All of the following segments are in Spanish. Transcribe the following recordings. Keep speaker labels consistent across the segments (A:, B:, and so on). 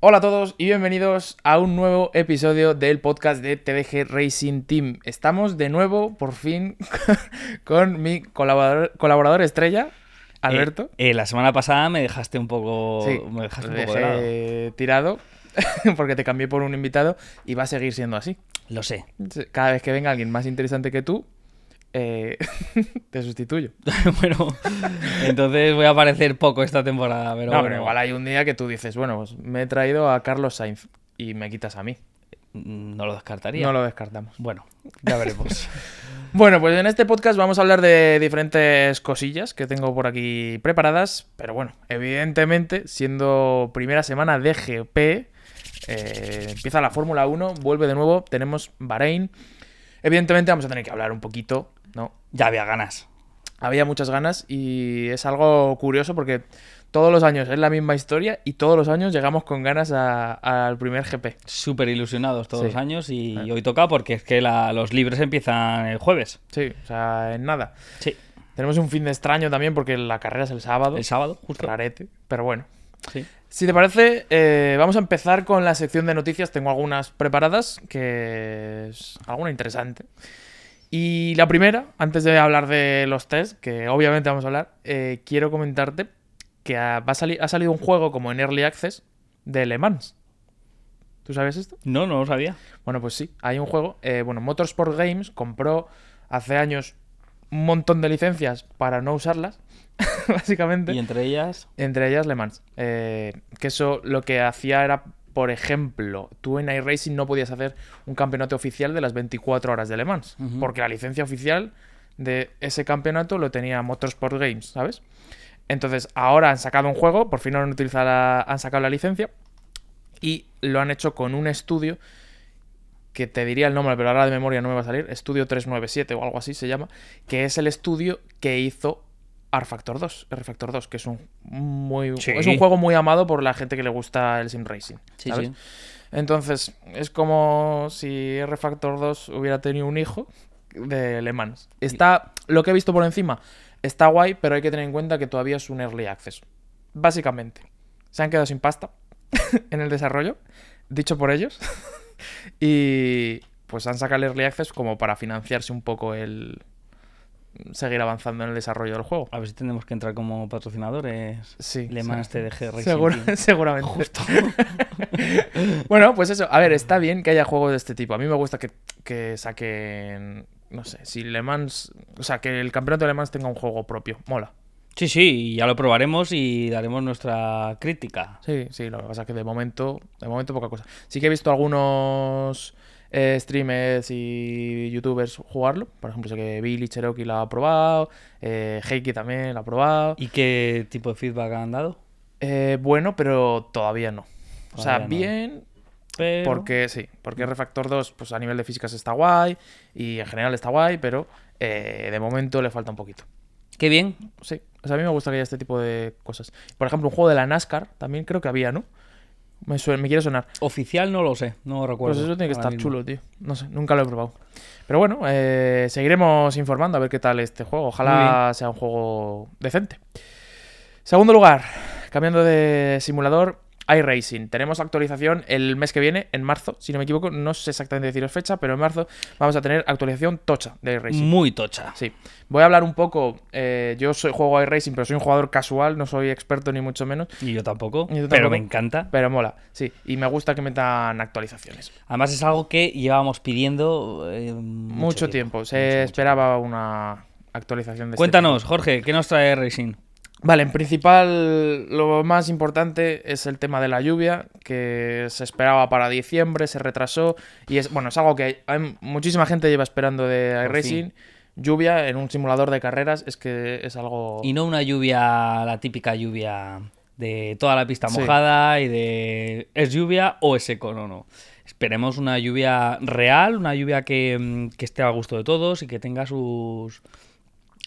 A: Hola a todos y bienvenidos a un nuevo episodio del podcast de TDG Racing Team. Estamos de nuevo, por fin, con mi colaborador, colaborador estrella, Alberto.
B: Eh, eh, la semana pasada me dejaste un poco, me dejaste un
A: lo
B: poco de lado.
A: dejé tirado porque te cambié por un invitado y va a seguir siendo así.
B: Lo sé.
A: Cada vez que venga alguien más interesante que tú, eh, te sustituyo.
B: bueno, entonces voy a aparecer poco esta temporada, pero
A: No,
B: bueno.
A: pero igual hay un día que tú dices, bueno, pues me he traído a Carlos Sainz y me quitas a mí.
B: Mm, no lo descartaría.
A: No lo descartamos.
B: Bueno, ya veremos.
A: Bueno, pues en este podcast vamos a hablar de diferentes cosillas que tengo por aquí preparadas, pero bueno, evidentemente, siendo primera semana de GP, eh, empieza la Fórmula 1, vuelve de nuevo, tenemos Bahrein. Evidentemente vamos a tener que hablar un poquito, ¿no?
B: ya había ganas.
A: Había muchas ganas y es algo curioso porque todos los años es la misma historia y todos los años llegamos con ganas a- al primer GP.
B: Súper ilusionados todos
A: Sí.
B: los años y
A: Ah.
B: hoy toca porque es que la- los libres empiezan el jueves.
A: Sí, o sea, en nada.
B: Sí.
A: Tenemos un fin de extraño también porque la carrera es el sábado.
B: El sábado, justo.
A: Rarete, pero bueno.
B: Sí.
A: Si te parece, eh, vamos a empezar con la sección de noticias. Tengo algunas preparadas, que es alguna interesante. Y la primera, antes de hablar de los test, que obviamente vamos a hablar, eh, quiero comentarte que ha, va a sali- ha salido un juego como en Early Access de Le Mans. ¿Tú sabes esto?
B: No, no lo sabía.
A: Bueno, pues sí, hay un juego. eh, bueno, Motorsport Games compró hace años un montón de licencias para no usarlas, básicamente.
B: Y entre ellas,
A: Entre ellas Le Mans. Eh, que eso lo que hacía era, por ejemplo, tú en iRacing no podías hacer un campeonato oficial de las 24 horas de Le Mans.
B: Ujú.
A: Porque la licencia oficial de ese campeonato lo tenía Motorsport Games, ¿sabes? Entonces, ahora han sacado un juego, por fin han, utilizado la- han sacado la licencia y lo han hecho con un estudio que te diría el nombre, pero ahora de memoria no me va a salir, Estudio 397 o algo así se llama, que es el estudio que hizo R-Factor 2, R-Factor 2, que es un, muy,
B: Sí.
A: es un juego muy amado por la gente que le gusta el sim racing.
B: Sí,
A: ¿sabes?
B: sí.
A: Entonces, es como si R-Factor 2 hubiera tenido un hijo de Le Mans. Está, lo que he visto por encima, está guay, pero hay que tener en cuenta que todavía es un early access. Básicamente, se han quedado sin pasta en el desarrollo, dicho por ellos, y pues han sacado el early access como para financiarse un poco el seguir avanzando en el desarrollo del juego.
B: a ver si tenemos que entrar como patrocinadores.
A: Sí.
B: Le
A: sí.
B: Mans TDG Racing
A: Segura-
B: Team.
A: seguramente.
B: Justo.
A: Bueno, pues eso. A ver, está bien que haya juegos de este tipo. A mí me gusta que, que saquen. No sé, si Le Mans. O sea, que el campeonato de Le Mans tenga un juego propio. Mola.
B: Sí, sí, y ya lo probaremos y daremos nuestra crítica.
A: Sí, sí, lo que pasa es que de momento. De momento poca cosa. Sí que he visto algunos eh, streamers y youtubers jugarlo. Por ejemplo, sé que Billy Cherokee la ha probado. Eh, Heike también la ha probado.
B: ¿Y qué tipo de feedback han dado?
A: Eh, bueno, pero todavía no. O sea,
B: Todavía no.
A: bien,
B: Pero-
A: Porque sí, porque Refactor 2, pues a nivel de físicas está guay y en general está guay, pero eh, de momento le falta un poquito.
B: Qué bien.
A: Sí, o sea, a mí me gusta que haya este tipo de cosas. Por ejemplo, un juego de la NASCAR también creo que había, ¿no? Me, suena- me quiere sonar.
B: Oficial no lo sé, no recuerdo.
A: pues eso tiene que
B: ahora
A: estar
B: mismo.
A: chulo, tío. No sé, nunca lo he probado. Pero bueno, eh, seguiremos informando a ver qué tal este juego.
B: Muy
A: Ojalá sea un juego decente. Segundo lugar, cambiando de simulador, iRacing. Tenemos actualización el mes que viene, en marzo, si no me equivoco. No sé exactamente deciros fecha, pero en marzo vamos a tener actualización tocha de iRacing.
B: Muy tocha.
A: Sí, voy a hablar un poco. eh, yo soy, juego a iRacing, pero soy un jugador casual, no soy experto ni mucho menos,
B: Y yo tampoco,
A: Y yo
B: pero
A: tampoco.
B: me encanta.
A: pero mola, sí, y me gusta que metan actualizaciones.
B: Además es algo que llevábamos pidiendo eh, mucho,
A: Mucho tiempo. Se
B: mucho, mucho.
A: esperaba una actualización de este
B: Cuéntanos, Jorge, ¿qué nos trae Racing?
A: tipo. Vale, en principal, lo más importante es el tema de la lluvia, que se esperaba para diciembre, se retrasó. Y es, bueno, es algo que hay- muchísima gente lleva esperando de
B: Por
A: iRacing.
B: fin.
A: Lluvia en un simulador de carreras es que es algo.
B: Y no una lluvia, la típica lluvia de toda la pista
A: Sí.
B: mojada y de es lluvia o es seco, no, no. Esperemos una lluvia real, una lluvia que, mm, que esté a gusto de todos y que tenga sus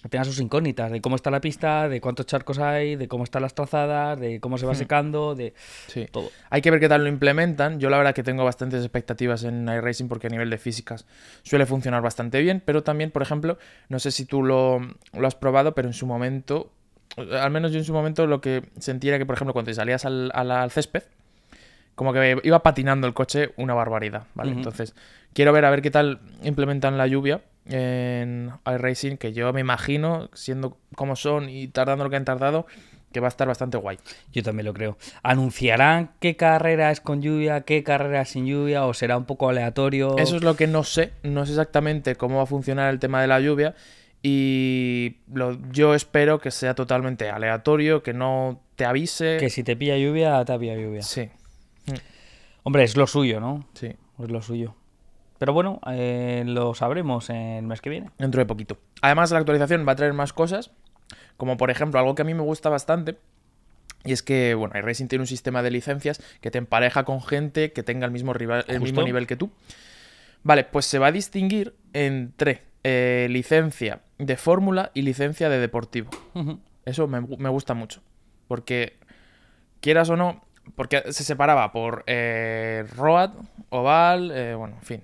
B: que tenga sus incógnitas de cómo está la pista, de cuántos charcos hay, de cómo están las trazadas, de cómo se
A: Hmm.
B: va secando, de
A: Sí.
B: todo.
A: Hay que ver qué tal lo implementan. Yo la verdad que tengo bastantes expectativas en iRacing porque a nivel de físicas suele funcionar bastante bien, pero también, por ejemplo, no sé si tú lo, lo has probado, pero en su momento, eh, al menos yo en su momento lo que sentía era que, por ejemplo, cuando te salías al, al- al césped, como que iba patinando el coche una barbaridad, ¿vale?
B: Ujú.
A: Entonces, quiero ver a ver qué tal implementan la lluvia en iRacing, que yo me imagino, siendo como son y tardando lo que han tardado, que va a estar bastante guay.
B: Yo también lo creo. ¿Anunciarán qué carrera es con lluvia, qué carrera es sin lluvia o será un poco aleatorio?
A: Eso es lo que no sé, no sé exactamente cómo va a funcionar el tema de la lluvia y lo- yo espero que sea totalmente aleatorio, que no te avise.
B: Que si te pilla lluvia, te pilla lluvia.
A: Sí,
B: Hombre, es lo suyo, ¿no?
A: sí,
B: Es lo suyo. Pero bueno, eh, lo sabremos el mes que viene.
A: dentro de poquito. Además, la actualización va a traer más cosas, como por ejemplo algo que a mí me gusta bastante. Y es que, bueno, iRacing tiene un sistema de licencias que te empareja con gente que tenga el mismo, rival, el mismo
B: Justo.
A: nivel que tú. Vale, pues se va a distinguir entre eh, licencia de fórmula y licencia de deportivo.
B: Ujú.
A: Eso me, gu- me gusta mucho. Porque, quieras o no, porque se separaba por eh, Road, Oval, eh, bueno, en fin.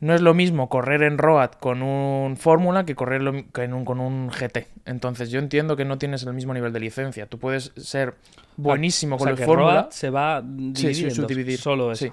A: No es lo mismo correr en Road con un Fórmula que correr lo- que en un- con un GT. Entonces yo entiendo que no tienes el mismo nivel de licencia. Tú puedes ser buenísimo
B: Ah, O
A: con
B: sea,
A: el
B: que
A: Fórmula.
B: Road se va a dividir en dos.
A: subdividir.
B: Solo eso.
A: Sí.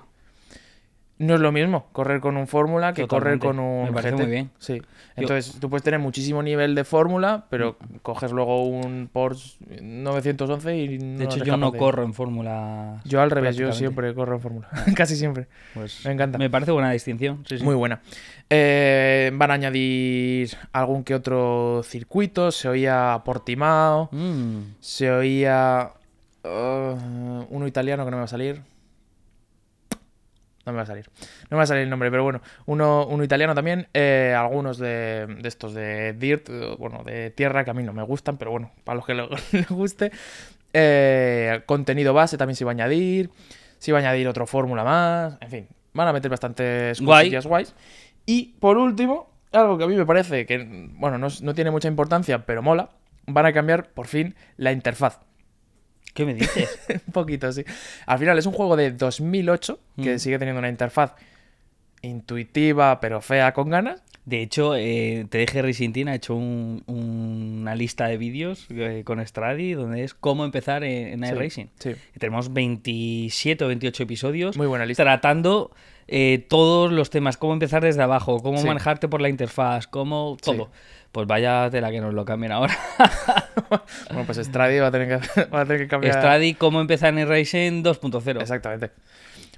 A: No es lo mismo correr con un Fórmula que correr
B: Totalmente.
A: con un
B: Me parece
A: GT.
B: muy bien.
A: Sí. Entonces, tú puedes tener muchísimo nivel de Fórmula, pero
B: Mm.
A: coges luego un Porsche 911 y no
B: De hecho,
A: eres
B: yo
A: capaz
B: no
A: de-
B: corro en fórmula.
A: Yo al revés, yo
B: prácticamente.
A: siempre corro en Fórmula. Casi siempre.
B: Pues,
A: Me encanta.
B: Me parece buena distinción. Sí, sí.
A: Muy buena. Eh, van a añadir algún que otro circuito. Se oía Portimao.
B: Mm.
A: Se oía. eh, uno italiano que no me va a salir. No me va a salir. No me va a salir el nombre, pero bueno. Uno, uno italiano también. eh, algunos de, de estos de Dirt, eh, bueno, de tierra, que a mí no me gustan, pero bueno, para los que lo- les guste. Eh, contenido base también se iba a añadir. Se iba a añadir otro fórmula más. En fin, van a meter bastantes
B: Guay.
A: cosillas guays. Y por último, algo que a mí me parece que, bueno, no, es- no tiene mucha importancia, pero mola. Van a cambiar por fin la interfaz.
B: ¿Qué me dices?
A: Un poquito, sí. Al final es un juego de 2008 que
B: Mm.
A: sigue teniendo una interfaz intuitiva pero fea con ganas.
B: De hecho, eh, TDG Racing Team ha hecho un- una lista de vídeos eh, con Stradi donde es cómo empezar en, en
A: Sí,
B: iRacing.
A: Sí.
B: Y Tenemos 27 o 28 episodios
A: Muy buena lista.
B: tratando eh, todos los temas, cómo empezar desde abajo, cómo
A: Sí.
B: manejarte por la interfaz, cómo
A: Sí.
B: todo. Pues vaya tela que nos lo cambien ahora.
A: Bueno, pues Stradi va a tener que, va a tener que cambiar.
B: Stradi, cómo empezar en Racing 2.0.
A: Exactamente.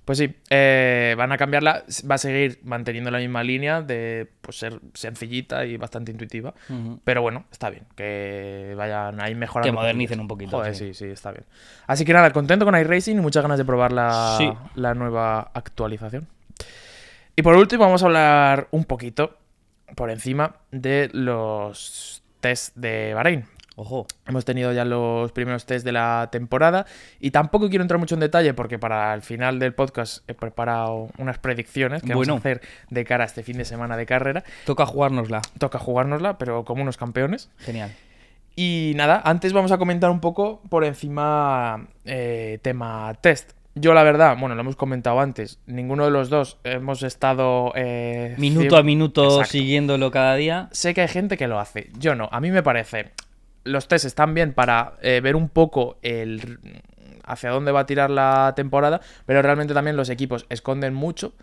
A: Pues sí, eh, van a cambiarla. Va a seguir manteniendo la misma línea de pues, ser sencillita y bastante intuitiva.
B: Ujú.
A: Pero bueno, está bien. Que vayan ahí mejorando.
B: Que modernicen un poquito.
A: Joder,
B: sí.
A: sí, sí, está bien. Así que nada, contento con iRacing y muchas ganas de probar la,
B: Sí.
A: la nueva actualización. Y por último, vamos a hablar un poquito por encima de los test de Bahrein.
B: Ojo.
A: Hemos tenido ya los primeros test de la temporada y tampoco quiero entrar mucho en detalle porque para el final del podcast he preparado unas predicciones que
B: Bueno.
A: vamos a hacer de cara a este fin de semana de carrera.
B: Toca jugárnosla.
A: Toca jugárnosla, pero como unos campeones.
B: Genial.
A: Y nada, antes vamos a comentar un poco por encima eh, tema test. Yo la verdad, bueno, lo hemos comentado antes, ninguno de los dos hemos estado... eh,
B: Minuto
A: cien-
B: a minuto
A: Exacto.
B: siguiéndolo cada día.
A: Sé que hay gente que lo hace, yo no, a mí me parece. Los test están bien para eh, ver un poco el hacia dónde va a tirar la temporada, pero realmente también los equipos esconden mucho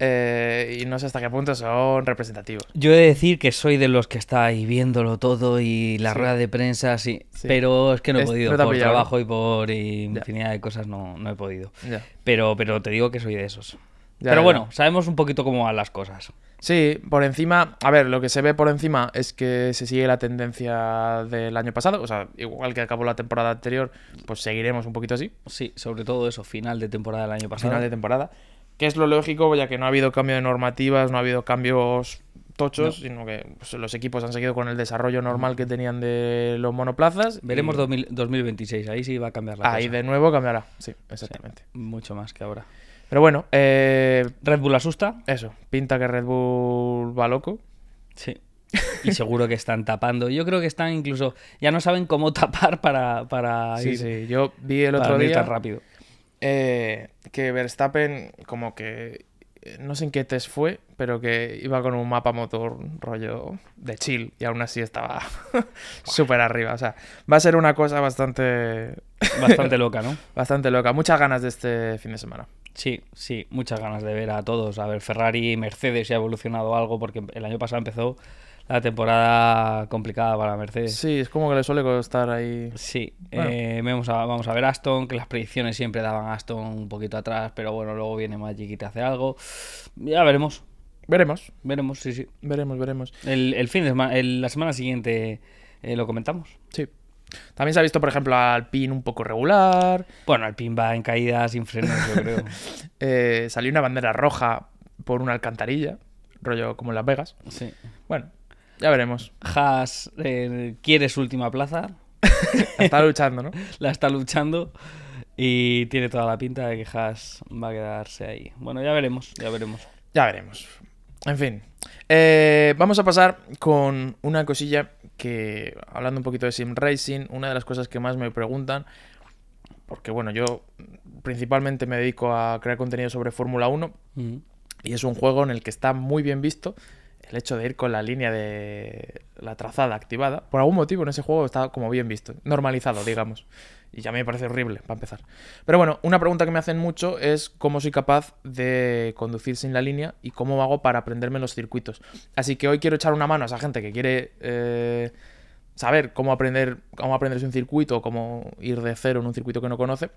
A: eh, y no sé hasta qué punto son representativos.
B: Yo he de decir que soy de los que está ahí viéndolo todo y la
A: Sí.
B: rueda de prensa, sí.
A: Sí.
B: Pero es que no he
A: Es-
B: podido.
A: no te ha
B: por
A: pillado, ¿no?
B: trabajo y por infinidad de cosas no, no he podido. Pero, pero te digo que soy de esos.
A: Ya,
B: pero
A: ya.
B: bueno, sabemos un poquito cómo van las cosas.
A: Sí, por encima, a ver, lo que se ve por encima es que se sigue la tendencia del año pasado, o sea, igual que acabó la temporada anterior, pues seguiremos un poquito así,
B: Sí, sobre todo eso, final de temporada del año pasado.
A: final de temporada, que es lo lógico, ya que no ha habido cambio de normativas, no ha habido cambios tochos, sino que pues, los equipos han seguido con el desarrollo normal que tenían de los monoplazas. y
B: Veremos 2000 2026, ahí sí va a cambiar la
A: Ahí
B: cosa.
A: de nuevo cambiará, sí, exactamente.
B: Mucho más que ahora.
A: Pero bueno, eh,
B: ¿Red Bull asusta?
A: eso, pinta que Red Bull va loco.
B: Sí. Y seguro que están tapando. Yo creo que están incluso. Ya no saben cómo tapar para, para
A: Sí,
B: ir-
A: sí, yo vi el
B: para
A: otro
B: no ir
A: día...
B: tan rápido.
A: eh, que Verstappen como que eh, no sé en qué test fue, pero que iba con un mapa motor rollo de chill y aún así estaba súper arriba. O sea, va a ser una cosa bastante,
B: Bastante loca, ¿no?
A: bastante loca. Muchas ganas de este fin de semana.
B: Sí, sí, muchas ganas de ver a todos. A ver, Ferrari y Mercedes si ha evolucionado algo, porque el año pasado empezó la temporada complicada para Mercedes.
A: Sí, es como que le suele costar ahí.
B: Sí,
A: Bueno.
B: eh, vamos, a, vamos a ver Aston, que las predicciones siempre daban a Aston un poquito atrás, pero bueno, luego viene Magic y te hace algo. Ya veremos,
A: Veremos,
B: veremos, sí, sí. veremos.
A: veremos, veremos.
B: El, el fin de semana, el- la semana siguiente eh, lo comentamos.
A: Sí. También se ha visto, por ejemplo, al PIN un poco regular.
B: Bueno, el pin va en caída sin frenos, yo creo.
A: Eh, salió una bandera roja por una alcantarilla, rollo como en Las Vegas.
B: Sí.
A: Bueno, ya veremos.
B: Haas eh, quiere su última plaza,
A: Está luchando, ¿no?
B: la está luchando y tiene toda la pinta de que Haas va a quedarse ahí. Bueno, ya veremos, ya veremos.
A: Ya veremos. En fin. Eh, vamos a pasar con una cosilla que, hablando un poquito de Sim Racing, una de las cosas que más me preguntan, porque bueno, yo principalmente me dedico a crear contenido sobre Fórmula 1
B: Ujú.
A: y es un juego en el que está muy bien visto el hecho de ir con la línea de la trazada activada. Por algún motivo en ese juego está como bien visto, normalizado, digamos. Y ya me parece horrible, para empezar. Pero bueno, una pregunta que me hacen mucho es cómo soy capaz de conducir sin la línea y cómo hago para aprenderme los circuitos. Así que hoy quiero echar una mano a esa gente que quiere eh, saber cómo aprender cómo aprenderse un circuito o cómo ir de cero en un circuito que no conoce,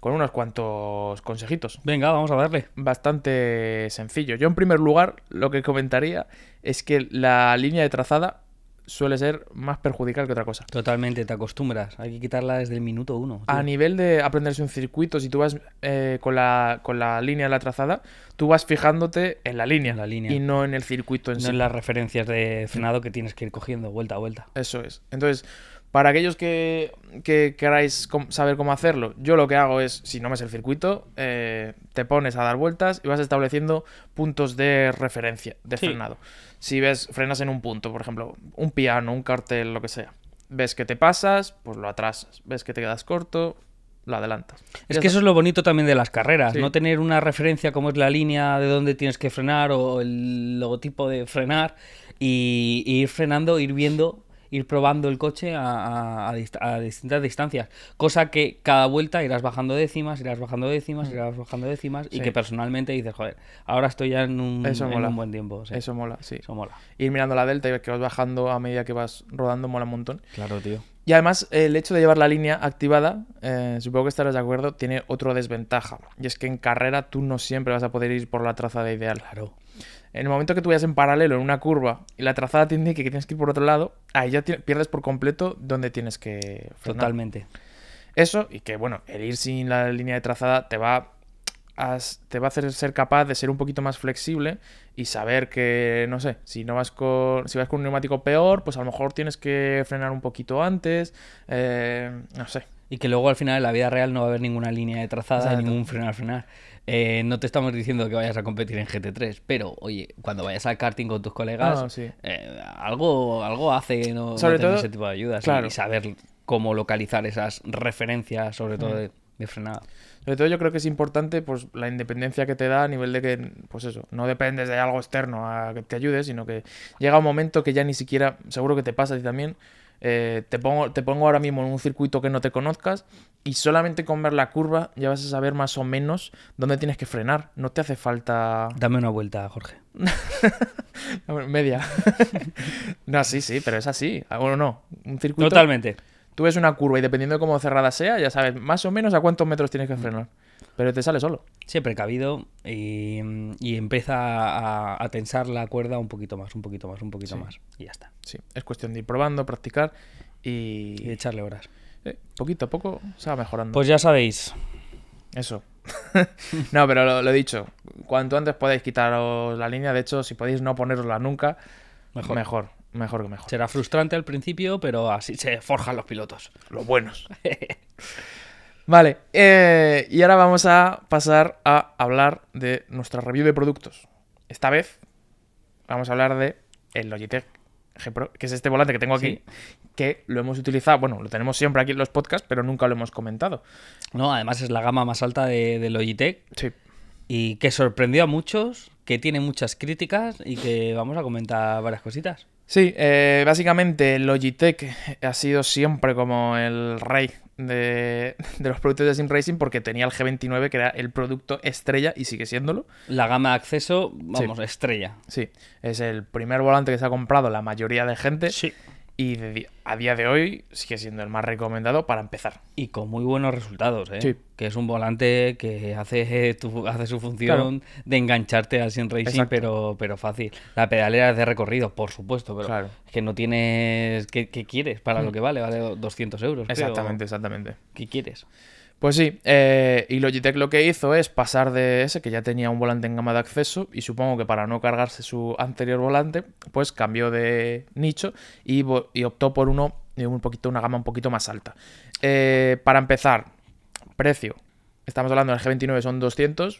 A: con unos cuantos consejitos
B: Venga, vamos a darle.
A: bastante sencillo. Yo en primer lugar lo que comentaría es que la línea de trazada suele ser más perjudicial que otra cosa.
B: Totalmente, te acostumbras. Hay que quitarla desde el minuto uno. tío.
A: A nivel de aprenderse un circuito, si tú vas eh, con, la, con la línea de la trazada, tú vas fijándote en la línea,
B: En la línea.
A: y no en el circuito en
B: no
A: sí.
B: en las referencias de frenado que tienes que ir cogiendo vuelta a vuelta.
A: Eso es. Entonces, para aquellos que, que queráis com- saber cómo hacerlo, yo lo que hago es, si no me es el circuito, eh, te pones a dar vueltas y vas estableciendo puntos de referencia, de
B: Sí.
A: frenado. Si ves, frenas en un punto, por ejemplo, un piano, un cartel, lo que sea. Ves que te pasas, pues lo atrasas. Ves que te quedas corto, lo adelantas.
B: Es
A: Ya
B: que
A: está.
B: eso es lo bonito también de las carreras,
A: Sí.
B: no tener una referencia como es la línea de dónde tienes que frenar o el logotipo de frenar y, y ir frenando, ir viendo, ir probando el coche a, a- a dist- a distintas distancias. Cosa que cada vuelta irás bajando décimas, irás bajando décimas, irás bajando décimas y
A: Mm. Sí.
B: que personalmente dices, joder, ahora estoy ya en un,
A: Eso
B: en
A: mola.
B: un buen tiempo. sí.
A: Eso mola, sí.
B: Eso mola.
A: Ir mirando la delta y ves que vas bajando a medida que vas rodando, mola un montón.
B: Claro, tío.
A: Y además, el hecho de llevar la línea activada, eh, supongo que estarás de acuerdo, tiene otra desventaja. Y es que en carrera tú no siempre vas a poder ir por la trazada ideal.
B: Claro.
A: En el momento que tú vayas en paralelo en una curva y la trazada te indique que tienes que ir por otro lado, ahí ya ti- pierdes por completo donde tienes que frenar.
B: Totalmente.
A: Eso, y que bueno, el ir sin la línea de trazada te va a, s- te va a hacer ser capaz de ser un poquito más flexible y saber que, no sé, si no vas con. Si vas con un neumático peor, pues a lo mejor tienes que frenar un poquito antes. eh, no sé.
B: Y que luego al final en la vida real no va a haber ninguna línea de trazada,
A: Exacto.
B: ningún freno al frenar. Eh, no te estamos diciendo que vayas a competir en GT3, pero oye, cuando vayas al karting con tus colegas,
A: No, sí.
B: eh, algo, algo hace no, no
A: Sobre
B: tener
A: todo-
B: ese tipo de ayudas y-
A: claro.
B: y saber cómo localizar esas referencias, sobre todo de, de frenada.
A: Sobre todo yo creo que es importante pues la independencia que te da a nivel de que, pues eso, no dependes de algo externo a que te ayude, sino que llega un momento que ya ni siquiera, seguro que te pasa a ti también, eh, te, pongo, te pongo ahora mismo en un circuito que no te conozcas y solamente con ver la curva ya vas a saber más o menos dónde tienes que frenar. No te hace falta
B: Dame una vuelta, Jorge.
A: media. no, sí, sí, pero es así. Ah, Bueno, no. Un circuito...
B: Totalmente.
A: Tú ves una curva y dependiendo de cómo cerrada sea, ya sabes más o menos a cuántos metros tienes que frenar. Pero te sale solo.
B: Siempre cabido y, y empieza a, a tensar la cuerda un poquito más, un poquito más, un poquito
A: Sí.
B: más. Y ya está.
A: Sí, es cuestión de ir probando, practicar y,
B: Y echarle horas.
A: eh, poquito a poco se va mejorando.
B: Pues ya sabéis,
A: Eso. no, pero lo, lo he dicho, cuanto antes podáis quitaros la línea, de hecho, si podéis no ponerosla nunca,
B: Mejor.
A: mejor, mejor, que mejor.
B: Será frustrante al principio, pero así se forjan los pilotos.
A: Los buenos. vale, eh, y ahora vamos a pasar a hablar de nuestra review de productos. Esta vez vamos a hablar de el Logitech G Pro, que es este volante que tengo aquí, que lo hemos utilizado, bueno, lo tenemos siempre aquí en los podcasts, pero nunca lo hemos comentado.
B: No, además es la gama más alta de, de Logitech.
A: Sí.
B: y que sorprendió a muchos, que tiene muchas críticas y que vamos a comentar varias cositas.
A: Sí, eh, básicamente Logitech ha sido siempre como el rey de, de los productos de Sim Racing porque tenía el G29 que era el producto estrella y sigue siéndolo.
B: La gama de acceso, vamos, estrella.
A: Sí, es el primer volante que se ha comprado la mayoría de gente y de di- a día de hoy sigue siendo el más recomendado para empezar.
B: Y con muy buenos resultados, ¿eh?
A: Sí.
B: Que es un volante que hace, eh, tu- hace su función de engancharte al Sin Racing,
A: Exacto.
B: pero, pero fácil. La pedalera es de recorrido, por supuesto, pero
A: Claro. Mm.
B: es que no tienes... ¿Qué, qué quieres para lo que vale? Vale 200 euros. creo.
A: Exactamente, exactamente.
B: ¿Qué quieres?
A: Pues sí, eh, y Logitech lo que hizo es pasar de ese, que ya tenía un volante en gama de acceso, y supongo que para no cargarse su anterior volante, pues cambió de nicho y, vo- y optó por uno de un poquito, una gama un poquito más alta. Eh, para empezar, precio. Estamos hablando del G29 son 200,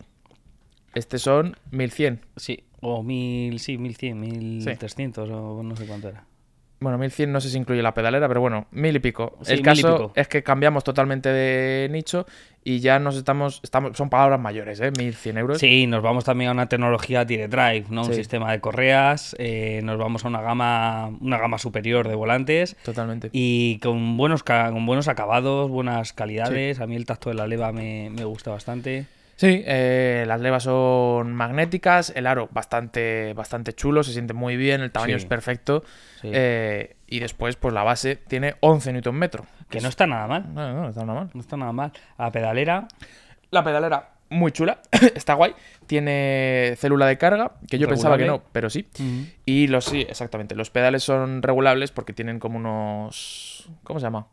A: este son 1100.
B: Sí, o mil, sí, 1100, 1300 o no sé cuánto era.
A: Bueno, 1100 no sé si incluye la pedalera, pero bueno, mil y pico.
B: Sí,
A: El
B: mil y
A: caso
B: pico.
A: es que cambiamos totalmente de nicho y ya nos estamos, estamos son palabras mayores, ¿eh? 1100 euros.
B: Sí, nos vamos también a una tecnología DirectDrive, ¿no? Un
A: Sí.
B: sistema de correas, eh, nos vamos a una gama, una gama superior de volantes
A: Totalmente.
B: y con buenos, ca- con buenos acabados, buenas calidades. A mí el tacto de la leva me, me gusta bastante.
A: Sí, eh, las levas son magnéticas, el aro bastante, bastante chulo, se siente muy bien, el tamaño
B: Sí.
A: es perfecto.
B: Sí.
A: eh, y después, pues la base tiene 11 Nm.
B: Que no está nada mal,
A: No, no, está nada mal.
B: no está nada mal. A pedalera,
A: La pedalera, muy chula, está guay. Tiene célula de carga, que yo pensaba que no,
B: Regulable.
A: pero sí. Y los, sí, exactamente. Los pedales son regulables porque tienen como unos. ¿Cómo se llama?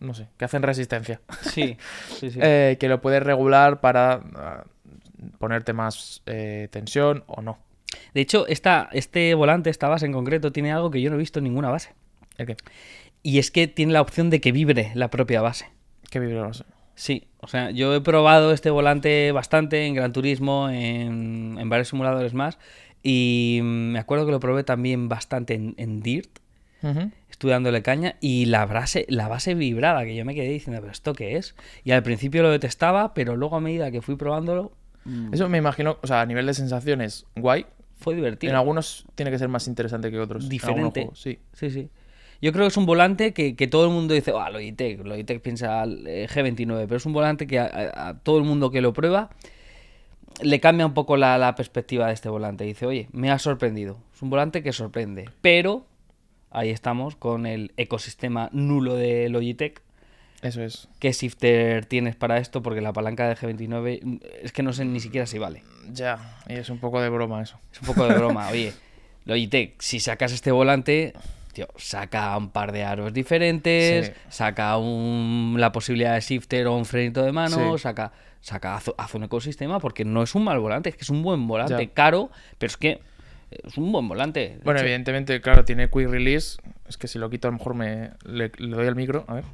A: No sé, que hacen resistencia.
B: sí, sí, sí.
A: Eh, que lo puedes regular para ah, ponerte más eh, tensión o no.
B: De hecho, esta, este volante, esta base en concreto, tiene algo que yo no he visto en ninguna base.
A: ¿El qué?
B: Y es que tiene la opción de que vibre la propia base.
A: ¿Qué vibrador?
B: Sí, o sea, yo he probado este volante bastante en Gran Turismo, en, en varios simuladores más, y mm, me acuerdo que lo probé también bastante en, en Dirt,
A: Ujú.
B: estuve dándole caña, y la base, la base vibraba, que yo me quedé diciendo, pero ¿esto qué es? Y al principio lo detestaba, pero luego a medida que fui probándolo, mm,
A: Eso me imagino, o sea, a nivel de sensaciones, guay.
B: fue divertido.
A: En algunos tiene que ser más interesante que otros. en algunos
B: diferente.
A: juegos, sí.
B: sí, sí. Yo creo que es un volante que, que todo el mundo dice, ah, Logitech, Logitech piensa al, eh, G29, pero es un volante que a, a- a todo el mundo que lo prueba le cambia un poco la, la perspectiva de este volante. Dice, oye, me ha sorprendido. Es un volante que sorprende. Pero ahí estamos con el ecosistema nulo de Logitech.
A: Eso es.
B: ¿Qué shifter tienes para esto? Porque la palanca de G29 mm, es que no sé ni siquiera si vale.
A: Ya, y es un poco de broma eso.
B: Es un poco de broma, oye. Logitech, si sacas este volante, tío, saca un par de aros diferentes,
A: Sí.
B: saca un- la posibilidad de shifter o un frenito de mano,
A: Sí.
B: saca, saca haz, haz un ecosistema, porque no es un mal volante, es que es un buen volante,
A: Ya.
B: caro, pero es que es un buen volante. de
A: Bueno,
B: hecho.
A: evidentemente, claro, tiene quick release. Es que si lo quito, a lo mejor me le, le doy al micro. A ver.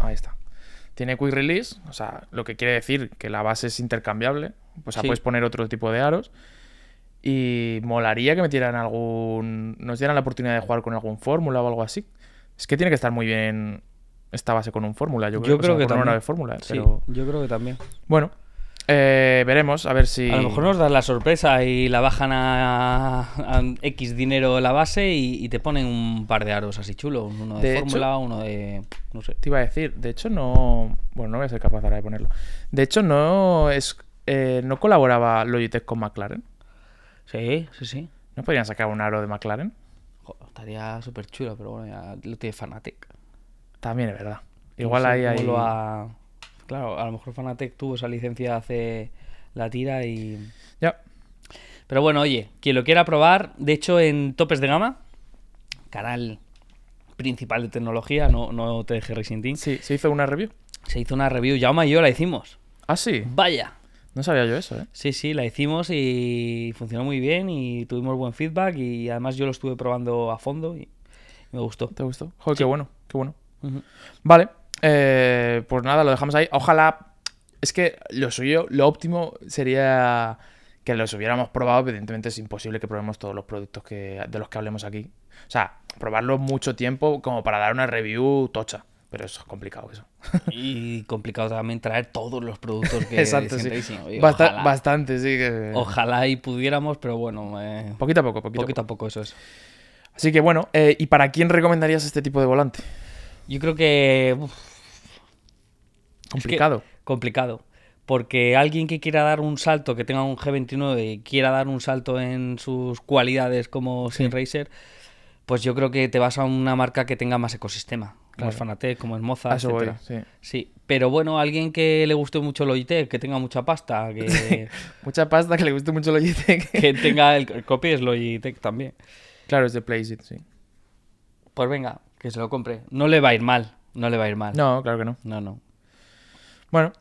A: Ahí está. Tiene quick release, o sea, lo que quiere decir que la base es intercambiable. O sea,
B: Sí.
A: puedes poner otro tipo de aros. Y molaría que metieran algún. Nos dieran la oportunidad de jugar con algún Fórmula o algo así. Es que tiene que estar muy bien esta base con un Fórmula. Yo creo, o sea, con una de Fórmula, ¿eh?
B: Sí,
A: pero.
B: yo creo que también.
A: Bueno, eh, veremos, a ver si.
B: A lo mejor nos das la sorpresa y la bajan a, a X dinero la base y, y te ponen un par de aros así chulos, uno de,
A: De hecho-
B: fórmula, uno de... no sé.
A: Te iba a decir, de hecho no. Bueno, no voy a ser capaz ahora de ponerlo. De hecho, no es. eh, no colaboraba Logitech con McLaren.
B: Sí, sí, sí.
A: ¿No podrían sacar un aro de McLaren?
B: Jo, estaría súper chulo, pero bueno, ya lo tiene Fanatec.
A: También es verdad. Igual
B: No sé
A: ahí hay.
B: cómo lo ha- Claro, a lo mejor Fanatec tuvo esa licencia hace la tira y...
A: Ya.
B: Pero bueno, oye, quien lo quiera probar, de hecho en Topes de Gama, canal principal de tecnología, no, no te deje Racing Team,
A: Sí, se hizo una review.
B: se hizo una review, Yauma y yo la hicimos.
A: Ah, sí.
B: Vaya.
A: No sabía yo eso, ¿eh?
B: Sí, sí, la hicimos y funcionó muy bien y tuvimos buen feedback y además yo lo estuve probando a fondo y me gustó.
A: ¿Te gustó? Joder, qué bueno, qué bueno.
B: Ujú.
A: Vale. eh, pues nada, lo dejamos ahí. Ojalá. Es que lo suyo, lo óptimo sería que los hubiéramos probado. Evidentemente es imposible que probemos todos los productos que, de los que hablemos aquí. O sea, probarlos mucho tiempo como para dar una review tocha. Pero eso es complicado eso.
B: Y complicado también traer todos los productos que
A: Exacto, sí.
B: siempre dicen, oye,
A: Basta-
B: ojalá,
A: Bastante, sí. que-
B: ojalá y pudiéramos, pero bueno, eh,
A: Poquito a poco, poquito, a
B: poquito a poco eso es.
A: poco. Así que bueno, eh, ¿y para quién recomendarías este tipo de volante?
B: Yo creo que uf,
A: Complicado.
B: complicado. Porque alguien que quiera dar un salto, que tenga un G29 y quiera dar un salto en sus cualidades como sin racer, pues yo creo que te vas a una marca que tenga más ecosistema, como
A: Claro.
B: es Fanatec, como es Moza,
A: A eso voy,
B: etcétera.
A: sí.
B: Sí, pero bueno, alguien que le guste mucho el OIT, que tenga mucha pasta, que,
A: Mucha pasta que le guste mucho lo Logitech.
B: que tenga el, el copy es Logitech también.
A: claro, es de Placeit, sí.
B: Pues venga, que se lo compre. No le va a ir mal, no le va a ir mal.
A: No, claro que no.
B: no. no.
A: Bueno,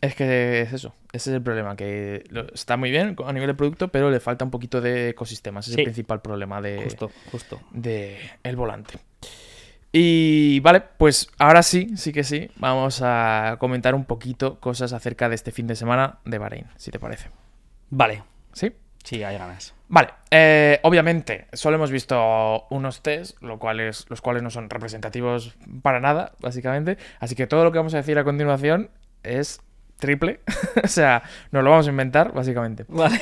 A: es que es eso. Ese es el problema, que lo- está muy bien a nivel de producto, pero le falta un poquito de ecosistema. Ese es
B: Sí.
A: el principal problema de,
B: Justo, justo.
A: de el volante. Y vale, pues ahora sí, sí que sí, vamos a comentar un poquito cosas acerca de este fin de semana de Bahrein, si te parece.
B: Vale,
A: ¿Sí?
B: sí, hay ganas.
A: Vale, eh, obviamente, solo hemos visto unos test, lo cual es- los cuales no son representativos para nada, básicamente. Así que todo lo que vamos a decir a continuación es triple. o sea, nos lo vamos a inventar, básicamente.
B: Vale,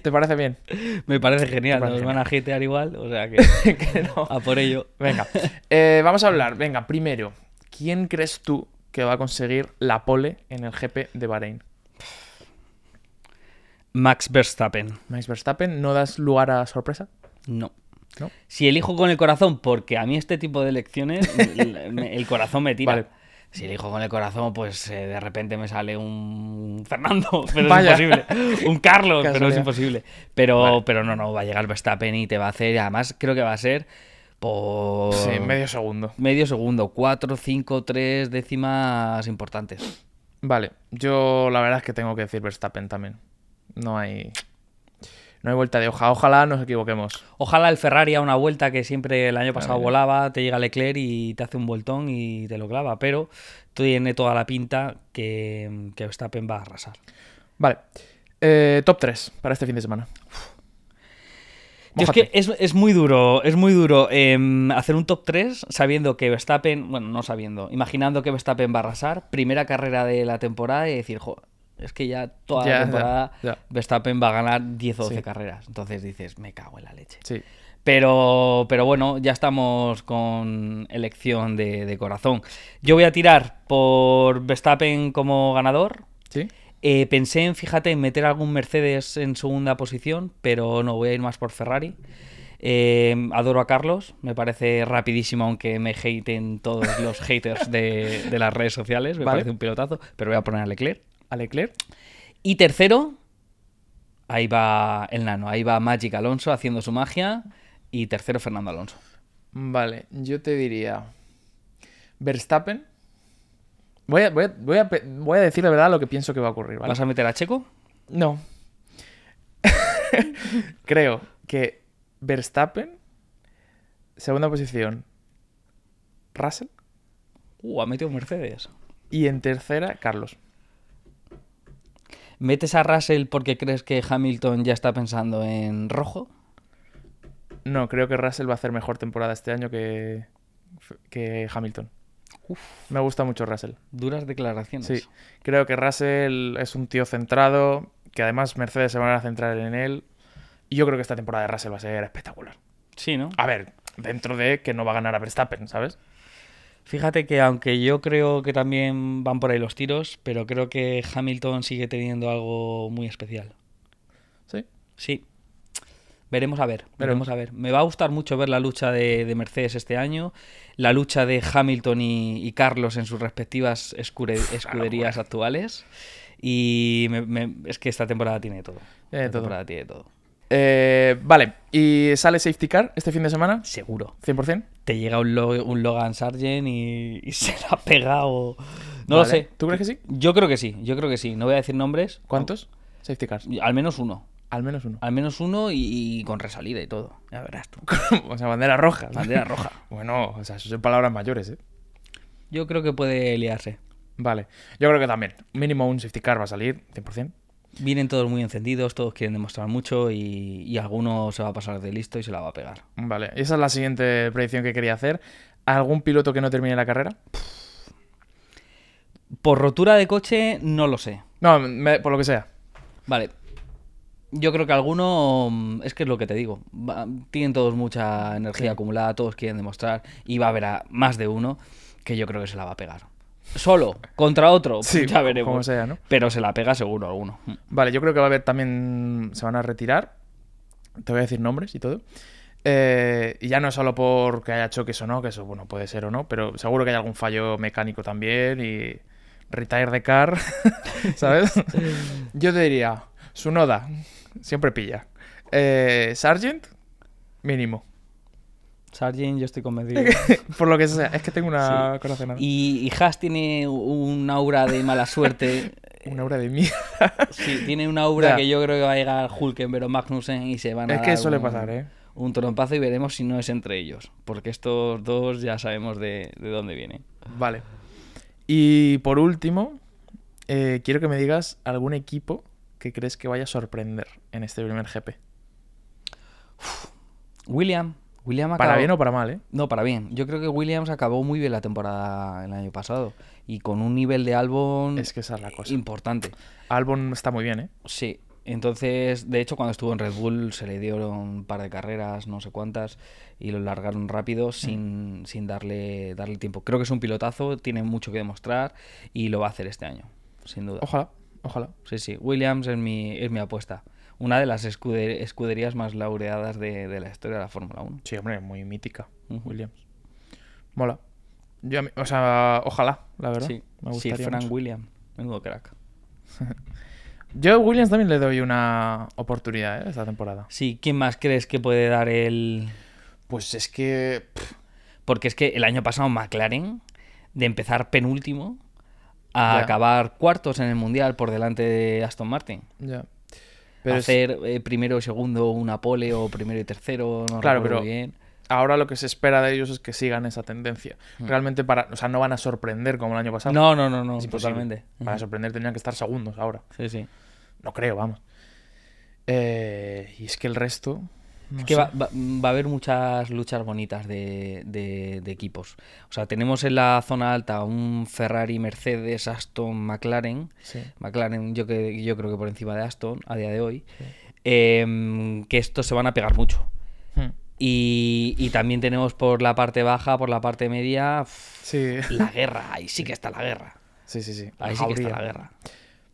A: ¿Te parece bien?
B: me parece genial.
A: parece
B: Nos van a jetear igual, o sea que, a por ello.
A: Venga, eh, vamos a hablar. Venga, primero, ¿quién crees tú que va a conseguir la pole en el GP de Bahrein?
B: Max Verstappen,
A: Max Verstappen, ¿no das lugar a sorpresa?
B: no.
A: ¿No?
B: Si elijo con el corazón, porque a mí este tipo de elecciones l- me- el corazón me tira.
A: Vale.
B: Si elijo con el corazón, pues eh, de repente me sale un Fernando, pero
A: Vaya.
B: es imposible. Un Carlos, pero es
A: Casualidad.
B: imposible. Pero,
A: Vale.
B: pero no, no, va a llegar Verstappen y te va a hacer. y además, creo que va a ser por
A: Sí, medio segundo.
B: medio segundo, cuatro, cinco, tres décimas importantes.
A: Vale, yo la verdad es que tengo que decir Verstappen también. No hay. No hay vuelta de hoja. Ojalá nos equivoquemos.
B: Ojalá el Ferrari a una vuelta que siempre el año pasado
A: mira.
B: volaba, te llega Leclerc y te hace un voltón y te lo clava, pero tiene toda la pinta que, que Verstappen va a arrasar.
A: Vale. eh, top 3 para este fin de semana.
B: Tío, es
A: Mójate.
B: que es, es muy duro, es muy duro em, hacer un top 3 sabiendo que Verstappen, bueno, no sabiendo, imaginando que Verstappen va a arrasar, primera carrera de la temporada y decir, jo, es que ya toda
A: Ya,
B: la
A: ya,
B: temporada
A: ya.
B: Verstappen va a ganar 10 o 12
A: Sí.
B: carreras. Entonces dices, me cago en la leche.
A: Sí.
B: Pero, pero bueno, ya estamos con elección de, de corazón. Yo voy a tirar por Verstappen como ganador.
A: ¿Sí?
B: Eh, pensé en, fíjate, en meter algún Mercedes en segunda posición, pero no, voy a ir más por Ferrari. Eh, adoro a Carlos, me parece rapidísimo, aunque me haten todos los haters de, de las redes sociales, me
A: Vale.
B: parece un pelotazo, pero voy a poner a Leclerc.
A: ¿A Leclerc?
B: Y tercero, ahí va el nano, ahí va Magic Alonso haciendo su magia. Y tercero, Fernando Alonso.
A: Vale, yo te diría. Verstappen. Voy a, voy a- voy a pe- voy a decir la verdad lo que pienso que va a ocurrir, ¿vale?
B: ¿Vas a meter a Checo?
A: No. Creo que Verstappen. Segunda posición. Russell.
B: Uh, ha metido Mercedes.
A: Y en tercera, Carlos.
B: ¿Metes a Russell porque crees que Hamilton ya está pensando en rojo?
A: No, creo que Russell va a hacer mejor temporada este año que, que Hamilton.
B: Uf. Pues
A: Me gusta mucho Russell.
B: Duras declaraciones.
A: Sí. Creo que Russell es un tío centrado, que además Mercedes se van a centrar en él. Y yo creo que esta temporada de Russell va a ser espectacular.
B: Sí, ¿no?
A: A ver, dentro de que no va a ganar a Verstappen, ¿sabes?
B: Fíjate que aunque yo creo que también van por ahí los tiros, pero creo que Hamilton sigue teniendo algo muy especial.
A: Sí.
B: Sí. Veremos a ver,
A: Veremos.
B: veremos a ver. Me va a gustar mucho ver la lucha de, de Mercedes este año, la lucha de Hamilton y, y Carlos en sus respectivas escure- escuderías actuales. Y me- me- es que esta temporada tiene todo.
A: Tiene
B: Esta
A: todo.
B: temporada tiene todo.
A: Eh, vale, ¿y sale Safety Car este fin de semana?
B: Seguro.
A: 100%.
B: Te llega un, Lo- un Logan Sargent y, y se la pega o... No lo
A: Vale.
B: sé.
A: ¿Tú crees que sí?
B: Yo creo que sí, yo creo que sí. No voy a decir nombres.
A: ¿Cuántos? Safety Cars.
B: Al menos uno.
A: Al menos uno.
B: Al menos uno y, y con resalida y todo. Ya verás tú.
A: o sea, bandera roja.
B: Bandera roja.
A: Bueno, o sea, eso son palabras mayores, ¿eh?
B: Yo creo que puede liarse.
A: Vale. Yo creo que también. Mínimo un safety car va a salir, 100%.
B: Vienen todos muy encendidos, todos quieren demostrar mucho y, y alguno se va a pasar de listo y se la va a pegar.
A: Vale. Esa es la siguiente predicción que quería hacer. ¿Algún piloto que no termine la carrera?
B: Por rotura de coche, no lo sé.
A: No, me- por lo que sea.
B: Vale. Yo creo que alguno, mm, es que es lo que te digo, va- tienen todos mucha energía acumulada, todos quieren demostrar y va a haber a más de uno que yo creo que se la va a pegar. Solo, contra otro,
A: Sí,
B: ya
A: como
B: veremos.
A: sea, ¿no?
B: Pero se la pega seguro alguno. Mm.
A: Vale, yo creo que va a haber también. Se van a retirar. Te voy a decir nombres y todo. Eh, y ya no solo porque haya choques o no, que eso, bueno, puede ser o no, pero seguro que hay algún fallo mecánico también y. Retire de car, ¿sabes? Yo te diría, Sunoda, siempre pilla. Eh, Sargent, mínimo.
B: Sargent, yo estoy convencido.
A: Por lo que sea, es que tengo una corazonada.
B: Y, y Haas tiene un aura de mala suerte.
A: Una hora de mierda.
B: Sí, tiene una aura
A: Ya.
B: que yo creo que va a llegar Hulkenberg o Magnussen y se van a
A: Es que
B: dar
A: suele
B: un-
A: pasar, ¿eh?
B: un trompazo y veremos si no es entre ellos. Porque estos dos ya sabemos de, de dónde vienen.
A: Vale. Y por último, eh, quiero que me digas algún equipo que crees que vaya a sorprender en este primer GP.
B: William. William acabó...
A: Para bien o para mal, ¿eh?
B: No, para bien. Yo creo que Williams acabó muy bien la temporada el año pasado. Y con un nivel de álbum
A: Es que esa es la cosa.
B: importante.
A: Albon está muy bien, ¿eh?
B: Sí. Entonces, de hecho, cuando estuvo en Red Bull se le dieron un par de carreras, no sé cuántas, y lo largaron
A: Mm.
B: rápido sin, sin darle, darle tiempo. Creo que es un pilotazo, tiene mucho que demostrar y lo va a hacer este año, sin duda.
A: Ojalá, ojalá.
B: Sí, sí, Williams es mi, es mi apuesta. Una de las escude- escuderías más laureadas de, de la historia de la Fórmula 1.
A: Sí, hombre, muy mítica.
B: Ujú.
A: Williams. Mola. Yo a mí- o sea, ojalá, la verdad.
B: Sí,
A: Me
B: sí,
A: gustaría
B: Frank
A: mucho.
B: Williams, menudo crack.
A: Yo a Williams también le doy una oportunidad, ¿eh? Esta temporada.
B: Sí, ¿quién más crees que puede dar el...?
A: Pues es que... pff,
B: Porque es que el año pasado McLaren, de empezar penúltimo a
A: Ya.
B: acabar cuartos en el Mundial por delante de Aston Martin.
A: ya. Pero es-
B: Hacer eh, primero y segundo una pole o primero y tercero, no
A: Claro,
B: recuerdo
A: pero-
B: bien.
A: ahora lo que se espera de ellos es que sigan esa tendencia. Realmente para, o sea, no van a sorprender como el año pasado.
B: Mm. No, no, no, no,
A: Es imposible.
B: totalmente.
A: Para sorprender tendrían que estar segundos ahora.
B: Sí, sí.
A: No creo, vamos. Eh, y es que el resto. no
B: Es que
A: sé.
B: va, va- va a haber muchas luchas bonitas de, de- de equipos. O sea, tenemos en la zona alta un Ferrari, Mercedes, Aston, McLaren.
A: Sí.
B: McLaren yo, que, yo creo que por encima de Aston a día de hoy. Em, que estos se van a pegar mucho.
A: Hmm.
B: Y, y también tenemos por la parte baja, por la parte media, pf,
A: Sí.
B: la guerra. Ahí sí que está la guerra.
A: Sí, sí, sí.
B: Ahí sí que está
A: Habría.
B: la guerra.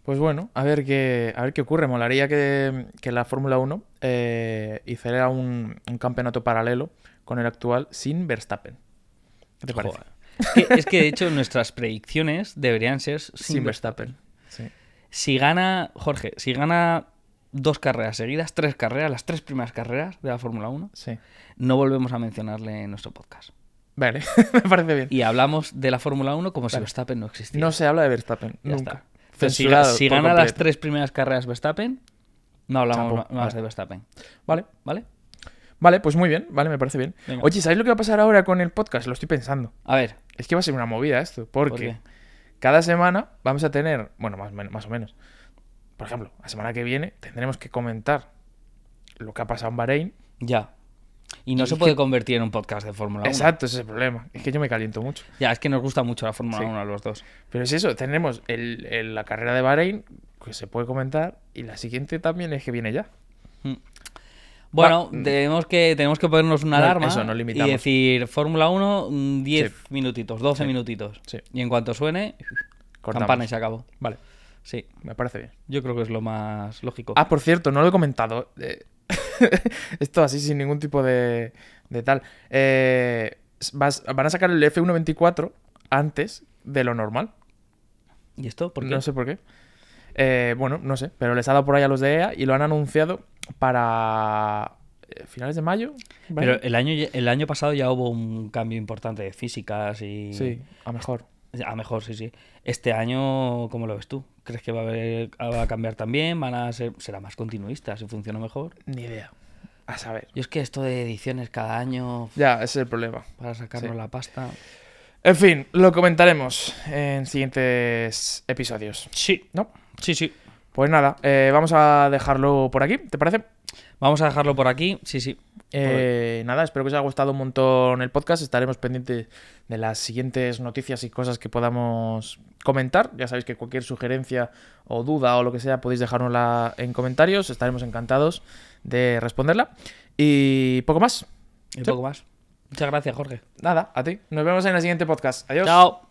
A: Pues bueno, a ver qué, a ver qué ocurre. Molaría que, que la Fórmula 1 eh, hiciera un, un campeonato paralelo con el actual sin Verstappen. ¿Qué te parece?
B: Joder. Es que- es que de hecho nuestras predicciones deberían ser sin,
A: Sin
B: Verstappen.
A: Verstappen. Sí.
B: Si gana, Jorge, si gana dos carreras seguidas, tres carreras, las tres primeras carreras de la Fórmula 1,
A: Sí.
B: no volvemos a mencionarle en nuestro podcast.
A: Vale, me parece bien.
B: Y hablamos de la Fórmula 1 como si Verstappen no existiera.
A: No se habla de Verstappen.
B: Ya
A: nunca.
B: está. Entonces, si,
A: Censurado
B: si
A: por
B: gana las
A: completo.
B: tres primeras carreras Verstappen, no hablamos
A: Tampoco,
B: ma- más
A: vale.
B: de Verstappen,
A: Vale,
B: ¿vale?
A: vale, pues muy bien, vale, me parece bien.
B: Venga.
A: Oye, ¿sabéis lo que va a pasar ahora con el podcast? Lo estoy pensando.
B: A ver, pues
A: Es que va a ser una movida esto,
B: ¿por
A: porque
B: qué?
A: cada semana vamos a tener, bueno, más, o men- más o menos. Por ejemplo, la semana que viene tendremos que comentar lo que ha pasado en Bahrein.
B: Ya. Y no
A: Y
B: se
A: es
B: puede
A: que-
B: convertir en un podcast de Fórmula 1.
A: Exacto, ese es el problema. Es que yo me caliento mucho.
B: Ya, es que nos gusta mucho la Fórmula
A: Sí.
B: 1 a los dos.
A: Pero es eso, tenemos el- el- la carrera de Bahrein, que se puede comentar, y la siguiente también es que viene ya.
B: Bueno, tenemos, que, tenemos que ponernos una
A: No,
B: alarma
A: eso, no
B: y
A: limitamos.
B: decir Fórmula 1, mm, 10
A: Sí.
B: minutitos, 12 minutitos.
A: Sí.
B: Y en cuanto suene,
A: Cortamos.
B: campana y se acabó.
A: Vale,
B: Sí,
A: me parece bien.
B: yo creo que es lo más lógico.
A: Ah, por cierto, no lo he comentado. eh, esto así sin ningún tipo de, de tal. Eh, vas- van a sacar el F124 antes de lo normal.
B: ¿Y esto? ¿Por qué?
A: No sé por qué. Eh, bueno, no sé, pero les ha dado por ahí a los de EA y lo han anunciado para eh, finales de mayo. ¿vale?
B: Pero eh, el año, ya- el año pasado ya hubo un cambio importante de físicas y...
A: Sí, a mejor.
B: A mejor, sí, sí. Este año, ¿cómo lo ves tú? ¿Crees que va a, haber- ah, va a cambiar también? ¿Van a ser, será más continuista si funciona mejor?
A: Ni idea. A saber.
B: Yo es que esto de ediciones cada año
A: Ya, ese es el problema.
B: para sacarnos
A: Sí.
B: la pasta.
A: En fin, lo comentaremos en siguientes episodios.
B: Sí,
A: ¿No?
B: sí, sí.
A: Pues nada, eh, vamos a dejarlo por aquí, ¿te parece?
B: Vamos a dejarlo por aquí. Sí, sí.
A: Eh, nada, espero que os haya gustado un montón el podcast. Estaremos pendientes de las siguientes noticias y cosas que podamos comentar. Ya sabéis que cualquier sugerencia o duda o lo que sea podéis dejárnosla en comentarios. Estaremos encantados de responderla. Y poco más.
B: Y poco más. Muchas gracias, Jorge.
A: Nada, a ti. Nos vemos en el siguiente podcast. Adiós.
B: Chao.